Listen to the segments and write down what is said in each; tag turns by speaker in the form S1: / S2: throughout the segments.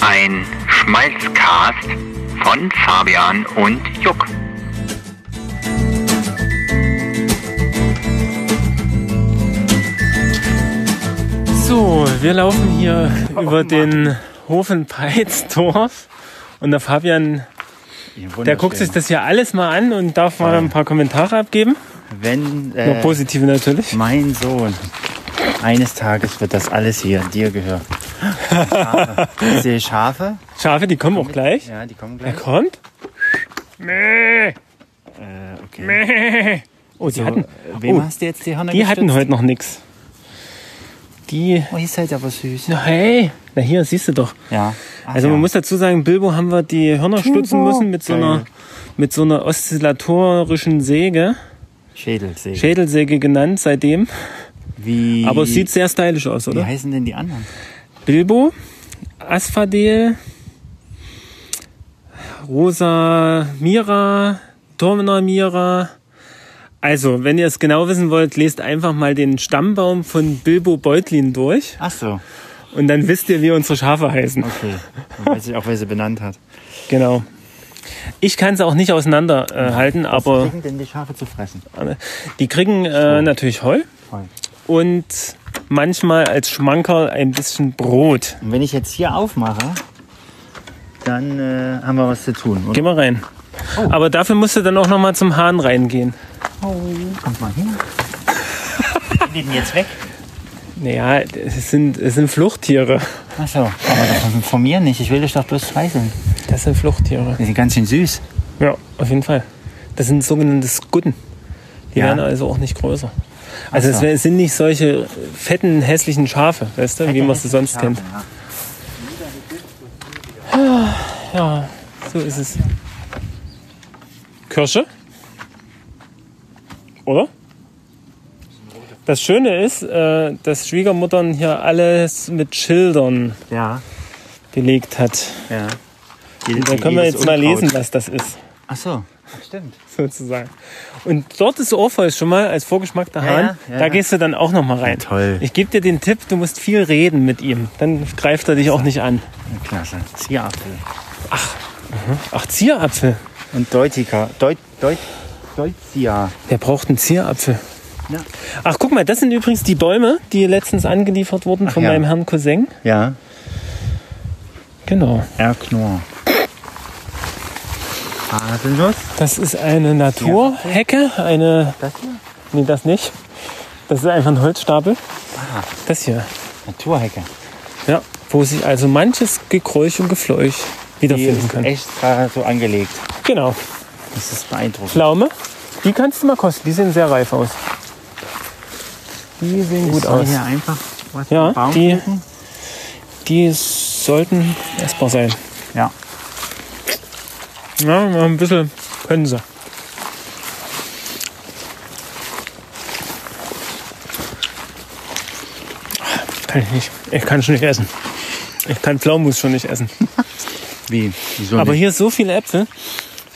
S1: ein Schmalzcast von Fabian und Juck.
S2: So, wir laufen hier über den Hof in Peitzdorf und der Fabian, der guckt sich das hier alles mal an und darf mal ein paar Kommentare abgeben.
S3: Wenn
S2: Nur
S3: äh,
S2: positive natürlich.
S3: mein Sohn eines Tages wird das alles hier dir gehören. Schafe. Ich sehe Schafe.
S2: Schafe, die kommen auch gleich.
S3: Ja, die kommen
S2: Er
S3: gleich.
S2: kommt.
S3: Äh, okay.
S2: Oh, die
S3: So,
S2: hatten,
S3: äh, wem
S2: oh,
S3: hast du jetzt die Hörner
S2: die hatten
S3: gestützt?
S2: heute noch nichts. Die,
S3: Oh, ihr seid aber süß.
S2: na hey, na hier, siehst du doch.
S3: Ja. Ach
S2: Also man
S3: ja.
S2: muss dazu sagen, Bilbo haben wir die Hörner stutzen müssen mit so einer,
S3: Geil.
S2: mit so einer oszillatorischen Säge,
S3: Schädelsäge.
S2: Schädelsäge genannt seitdem.
S3: Wie,
S2: Aber es sieht sehr stylisch aus,
S3: wie
S2: oder?
S3: heißen denn die anderen?
S2: Bilbo, Asphodel, Rosa Mira, Turmner Mira. Also, wenn ihr es genau wissen wollt, lest einfach mal den Stammbaum von Bilbo Beutlin durch
S3: Ach so.
S2: und dann wisst ihr, wie unsere Schafe heißen.
S3: Okay. Dann weiß ich auch, wer sie benannt hat.
S2: Genau. Ich kann es auch nicht auseinanderhalten, äh, halten,
S3: Was
S2: aber
S3: kriegen denn die Schafe zu fressen?
S2: die kriegen äh, natürlich Heu
S3: Voll.
S2: und manchmal als Schmankerl ein bisschen Brot.
S3: Und wenn ich jetzt hier aufmache, dann äh, haben wir was zu tun. Oder?
S2: Geh mal rein. Aber dafür musst du dann auch noch mal zum Hahn reingehen.
S3: Kommt mal hin. Sind die denn jetzt weg?
S2: Naja, es sind, es sind Fluchttiere.
S3: Achso, aber das von mir nicht. Ich will dich doch bloß schweißeln.
S2: Das sind Fluchttiere.
S3: Die sind ganz schön süß.
S2: Ja, auf jeden Fall. Das sind sogenannte Skudden. Die
S3: Ja.
S2: werden also auch nicht größer. Also
S3: so.
S2: es sind nicht solche fetten, hässlichen Schafe, weißt du, wie man sie sonst kennt. Ja, so ist es. Kirsche? Oder? Das Schöne ist, äh, dass Schwiegermuttern hier alles mit Schildern
S3: Ja,
S2: belegt hat.
S3: ja.
S2: Da können wir jetzt mal lesen, was das ist,
S3: Achso, stimmt.
S2: sozusagen. Und dort ist Orpheus schon mal als vorgeschmackter
S3: Ja,
S2: Hahn.
S3: ja, ja,
S2: da
S3: ja.
S2: gehst du dann auch noch mal rein.
S3: Ja, toll.
S2: Ich gebe dir den Tipp, du musst viel reden mit ihm. Dann greift er dich auch nicht an.
S3: Klasse. Zierapfel.
S2: Ach, Zierapfel.
S3: Und Deutika. Deut, Deut, Deutzia.
S2: Der braucht einen Zierapfel.
S3: Ja.
S2: Ach, guck mal, das sind übrigens die Bäume, die letztens angeliefert wurden von
S3: ja.
S2: meinem Herrn Cousin.
S3: Ja,
S2: Genau.
S3: Erknor. Haselnuss.
S2: Das ist eine Naturhecke, eine.
S3: Das hier?
S2: Nee, das nicht. Das ist einfach ein Holzstapel.
S3: Ah.
S2: Das hier.
S3: Naturhecke.
S2: Ja. Wo sich also manches Gekräusch und Gefleuch
S3: Die
S2: wiederfinden
S3: ist
S2: kann.
S3: extra so angelegt.
S2: Genau.
S3: Das ist beeindruckend.
S2: Pflaume, die kannst du mal kosten. Die sehen sehr reif aus. Die sehen gut
S3: Ich soll
S2: aus.
S3: Hier einfach was
S2: Ja,
S3: vom Baum
S2: die-
S3: pflücken?
S2: Die sollten essbar sein.
S3: Ja.
S2: Ja, noch ein bisschen können sie. Kann ich nicht. Ich kann schon nicht essen. Ich kann Pflaumus schon nicht essen.
S3: Wie? Wieso
S2: Aber
S3: nicht?
S2: hier ist so viele Äpfel.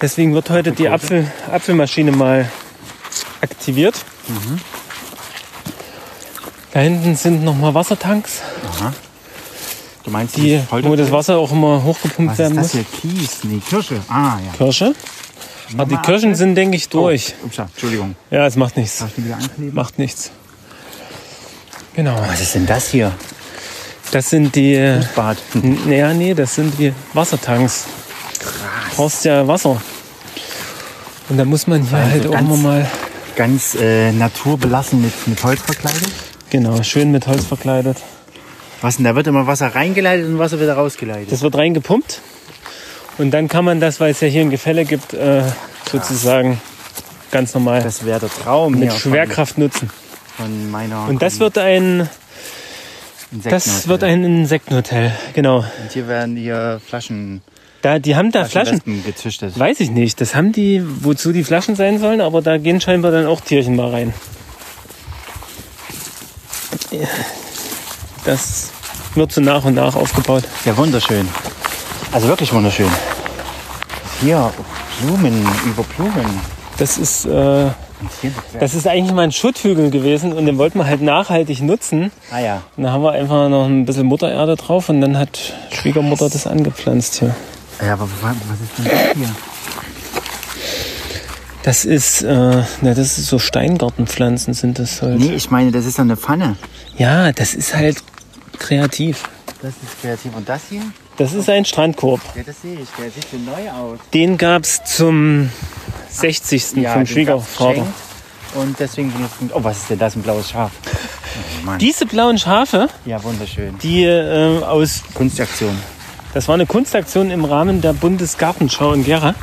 S2: Deswegen wird heute die Apfel, Apfelmaschine mal aktiviert. Da hinten sind nochmal Wassertanks,
S3: Du meinst
S2: die,
S3: dieses
S2: wo das
S3: Poltergeist?
S2: Wasser auch immer hochgepumpt
S3: Was ist
S2: werden
S3: das
S2: muss.
S3: hier? Kies? Nee, Kirsche. Ah, ja.
S2: Kirsche. Aber die Kirschen sind, denke ich, durch.
S3: Oh, upsa, Entschuldigung.
S2: Ja, es macht nichts.
S3: Darf ich die wieder ankleben?
S2: Macht nichts. Genau.
S3: Was ist denn das hier?
S2: Das sind die. N-
S3: Bad.
S2: Naja, nee, das sind die Wassertanks.
S3: Ah,
S2: Krass. Brauchst ja Wasser. Und da muss man hier
S3: Also
S2: halt auch
S3: ganz-
S2: immer mal.
S3: Ganz äh, naturbelassen mit, mit Holz verkleidet.
S2: Genau, schön mit Holz verkleidet.
S3: Was denn? Da wird immer Wasser reingeleitet und Wasser wieder rausgeleitet.
S2: Das wird reingepumpt. Und dann kann man das, weil es ja hier ein Gefälle gibt, äh, sozusagen ganz normal
S3: Das wäre der Traum
S2: mit
S3: hier
S2: Schwerkraft nutzen.
S3: von, von meiner.
S2: Und das wird ein, das wird ein Insektenhotel. Genau.
S3: Und hier werden hier Flaschen,
S2: Da, die haben da Flaschen.
S3: Flaschenwespen gezüchtet.
S2: Weiß ich nicht. Das haben die, wozu die Flaschen sein sollen, aber da gehen scheinbar dann auch Tierchen mal rein. Das wird so nach und nach aufgebaut.
S3: Ja, wunderschön. Also wirklich wunderschön. Hier Blumen über Blumen.
S2: Das ist äh,
S3: Und hier liegt der-
S2: Das ist eigentlich mal ein Schutthügel gewesen und den wollten wir halt nachhaltig nutzen.
S3: Ah ja.
S2: Und da haben wir einfach noch ein bisschen Muttererde drauf und dann hat Schwiegermutter das angepflanzt hier.
S3: Ja, aber wa- was ist denn das hier?
S2: Das ist, äh, na, das ist so Steingartenpflanzen sind das halt.
S3: Nee, ich meine, das ist doch eine Pfanne.
S2: Ja, das ist halt kreativ.
S3: Das ist kreativ. Und das hier?
S2: Das ist ein Strandkorb.
S3: Ja, das sehe ich. Der sieht so neu aus.
S2: Den gab's zum 60. vom
S3: den gab's
S2: Schwiegervater.
S3: geschenkt. Und deswegen bin ich... Oh, was ist denn das? Ein blaues Schaf. Oh, Mann.
S2: Diese blauen Schafe,
S3: Ja, wunderschön.
S2: die äh, aus
S3: Kunstaktion.
S2: Das war eine Kunstaktion im Rahmen der Bundesgartenschau in Gera.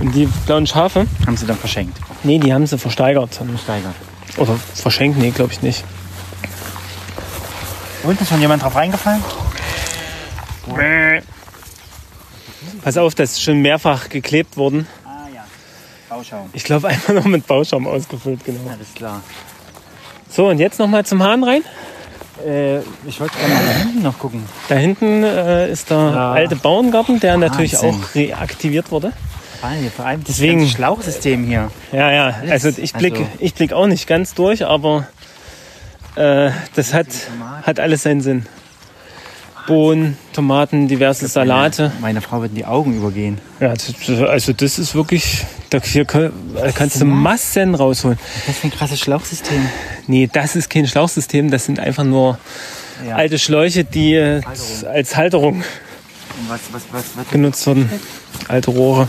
S2: Und die blauen Schafe,
S3: Haben sie dann verschenkt.
S2: nee, die haben sie versteigert.
S3: Steiger.
S2: Oder verschenkt, nee, glaube ich nicht.
S3: Und ist schon jemand drauf reingefallen?
S2: Äh. Pass auf, das ist schon mehrfach geklebt worden.
S3: Ah ja. Bauschaum.
S2: Ich glaube, einmal noch mit Bauschaum ausgefüllt, genau.
S3: Alles klar.
S2: So, und jetzt nochmal zum Hahn rein.
S3: Äh, ich wollte gerne mal da hinten noch gucken.
S2: Da hinten äh, ist der
S3: Ja.
S2: alte Bauerngarten, der natürlich
S3: Wahnsinn.
S2: auch reaktiviert wurde.
S3: Vor allem, vor allem
S2: Deswegen-
S3: das ganze Schlauchsystem hier.
S2: Ja, ja, also ich
S3: Also-
S2: blicke ich blick auch nicht ganz durch, aber äh, das hat,
S3: Tomaten.
S2: hat alles seinen Sinn. Bohnen, Tomaten, diverse Salate.
S3: Meine Frau wird in die Augen übergehen.
S2: Ja, das- das- also das ist wirklich, da hier kann- äh, kannst du
S3: denn das?
S2: Massen rausholen.
S3: Das ist ein krasses Schlauchsystem.
S2: Nee, das ist kein Schlauchsystem, das sind einfach nur
S3: Ja.
S2: alte Schläuche, die äh,
S3: Halterung.
S2: als Halterung
S3: Und was, was, was, was?
S2: genutzt wurden. Alte Rohre.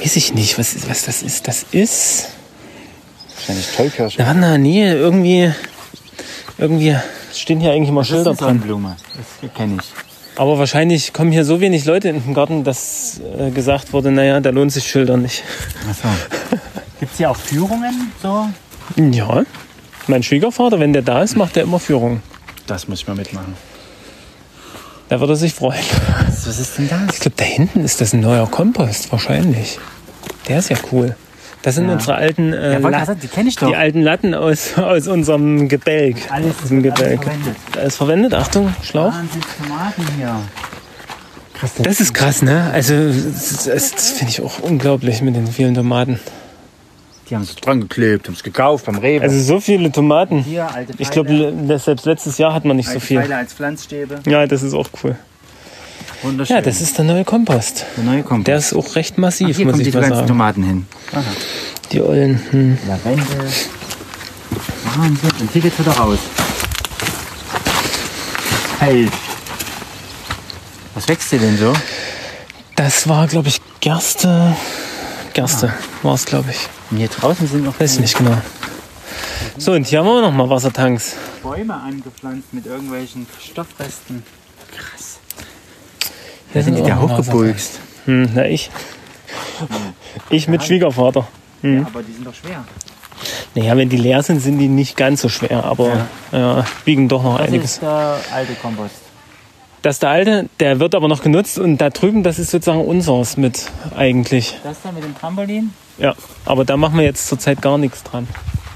S2: Weiß ich nicht, was, ist- was das ist. Das ist,
S3: Wahrscheinlich Tollkirsche.
S2: na, na, nee, irgendwie, irgendwie stehen hier eigentlich immer Schilder dran.
S3: Sonnenblume. Das kenne ich.
S2: Aber wahrscheinlich kommen hier so wenig Leute in den Garten, dass äh, gesagt wurde, naja, da lohnt sich Schilder nicht.
S3: Achso. Gibt es hier auch Führungen? So?
S2: Ja, mein Schwiegervater, wenn der da ist, macht er immer Führungen.
S3: Das muss ich mal mitmachen.
S2: Da würde er sich freuen.
S3: Was, was ist denn das?
S2: Ich glaube, da hinten ist das ein neuer Kompost, wahrscheinlich. Der ist ja cool. Das sind
S3: Ja.
S2: unsere alten, äh,
S3: Ja,
S2: La-
S3: wollte gerade, die kenne ich doch.
S2: die alten Latten aus, aus unserem Gebälk.
S3: Alles-
S2: aus dem
S3: alles
S2: Gebälk.
S3: verwendet. Ah,
S2: Da ist verwendet, Achtung, Schlauch.
S3: Wahnsinn, Tomaten hier. Krass,
S2: Das ist krass, ne? Also, das, das, das finde ich auch unglaublich mit den vielen Tomaten.
S3: die haben es dran geklebt, haben es gekauft beim Rewe.
S2: Also, so viele Tomaten.
S3: hier, alte Pfeile,
S2: Ich glaube, das- selbst letztes Jahr hat man nicht
S3: alte
S2: so viel.
S3: Pfeile als Pflanzstäbe.
S2: Ja, das ist auch cool.
S3: Wunderschön.
S2: Ja, das ist der neue Kompost.
S3: der neue Kompost.
S2: Der ist auch recht massiv,
S3: hier
S2: muss
S3: kommen die
S2: ich mal
S3: ganzen
S2: sagen.
S3: Tomaten hin.
S2: Die Ollen. Hm.
S3: Lavendel. Wahnsinn. Und hier geht's wieder raus. Feld. Was wächst hier denn so?
S2: Das war, glaube ich, Gerste. Gerste war es, glaube ich.
S3: Und hier draußen sind noch
S2: Weiß ich nicht genau. So, und hier haben wir noch mal Wassertanks.
S3: Bäume angepflanzt mit irgendwelchen Stoffresten. Krass.
S2: Hier
S3: Da sind die
S2: auch
S3: da
S2: noch
S3: hochgepulst.
S2: Wassertanks. Hm, na, ich. Ich mit Schwiegervater.
S3: Mhm. Ja, aber die sind doch schwer.
S2: Naja, wenn die leer sind, sind die nicht ganz so schwer, aber ja. wiegen doch noch
S3: Das
S2: einiges.
S3: ist der alte Kompost.
S2: Das ist der alte, der wird aber noch genutzt und da drüben, das ist sozusagen unseres mit eigentlich.
S3: Das da mit dem Trampolin?
S2: Ja, aber da machen wir jetzt zurzeit gar nichts dran.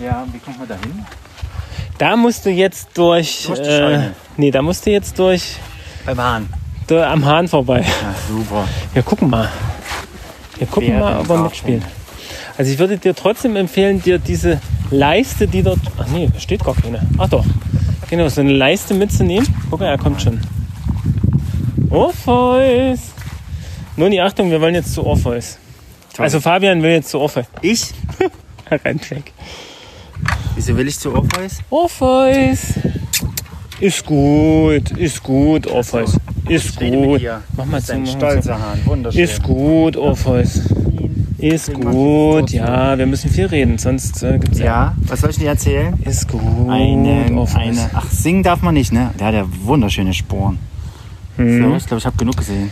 S3: Ja, wie kommt man da hin?
S2: Da musst du jetzt durch.
S3: Durch die
S2: äh,
S3: Scheune.
S2: nee, da musst du jetzt durch,
S3: Beim Hahn.
S2: durch am Hahn vorbei.
S3: Ja, super.
S2: Wir gucken mal. Wir gucken
S3: Wäre
S2: mal, ob wir
S3: Garten.
S2: mitspielen. Also ich würde dir trotzdem empfehlen, dir diese Leiste, die dort. Ach nee, da steht gar keine. Ach doch. Genau, so eine Leiste mitzunehmen. Guck mal, er kommt schon. Orpheus! Nun die Achtung, wir wollen jetzt zu Orpheus. Also Fabian will jetzt zu Orpheus.
S3: Ich?
S2: Renncheck.
S3: Wieso will ich zu Orpheus?
S2: Orpheus. Ist gut, ist gut, Orpheus. Ist
S3: Also, rede mit
S2: gut.
S3: dir.
S2: Mach mal zu.
S3: Ein
S2: mach mal
S3: stolzer Hahn,
S2: zu.
S3: wunderschön.
S2: Ist gut, Orpheus. Ist
S3: Deswegen mach ich das
S2: gut,
S3: trotzdem.
S2: ja. Wir müssen viel reden, sonst äh, gibt's
S3: Ja, was soll ich denn erzählen?
S2: Ist gut,
S3: Eine,
S2: Orpheus.
S3: eine. Ach, singen darf man nicht, ne? Der hat ja wunderschöne Sporen.
S2: Hm.
S3: So, ich glaube, ich habe genug gesehen.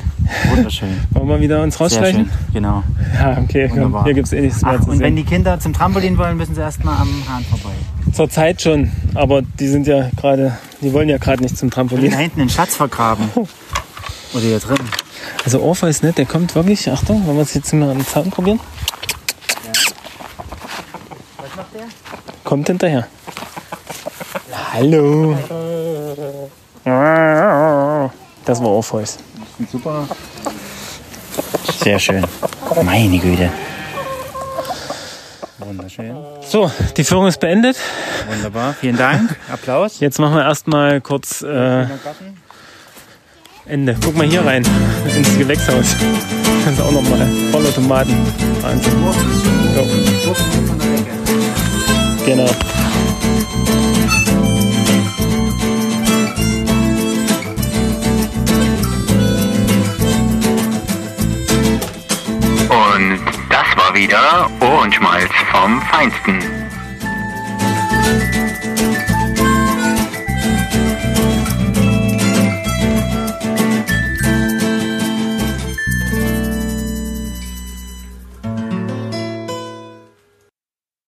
S3: Wunderschön.
S2: Wollen wir wieder uns
S3: Sehr schön.
S2: rausschleichen?
S3: Genau.
S2: Ja, okay, komm.
S3: Wunderbar.
S2: Hier gibt's eh nichts mehr
S3: Ach,
S2: zu
S3: und wenn
S2: sehen.
S3: die Kinder zum Trampolin wollen, müssen sie erstmal am Hahn vorbei.
S2: Zurzeit schon, aber die sind ja gerade, die wollen ja gerade nicht zum
S3: Da
S2: Trampolin.
S3: hinten einen Schatz vergraben. Oder hier drin.
S2: Also Orpheus, ne, der kommt wirklich, Achtung, wollen wir es jetzt mal am Zaun probieren?
S3: Was macht der?
S2: Kommt hinterher. Hallo. Das war Orpheus.
S3: Super. Sehr schön. Meine Güte. Wunderschön.
S2: So, die Führung ist beendet.
S3: Wunderbar. Vielen Dank. Applaus.
S2: Jetzt machen wir erstmal kurz äh,
S3: Kindergarten.
S2: Ende. Guck mal hier rein, ins Gewächshaus. Das ist auch nochmal voller Tomaten. Wahnsinn. Jo, genau.
S1: Und das war wieder Ohrenschmalz vom Feinsten.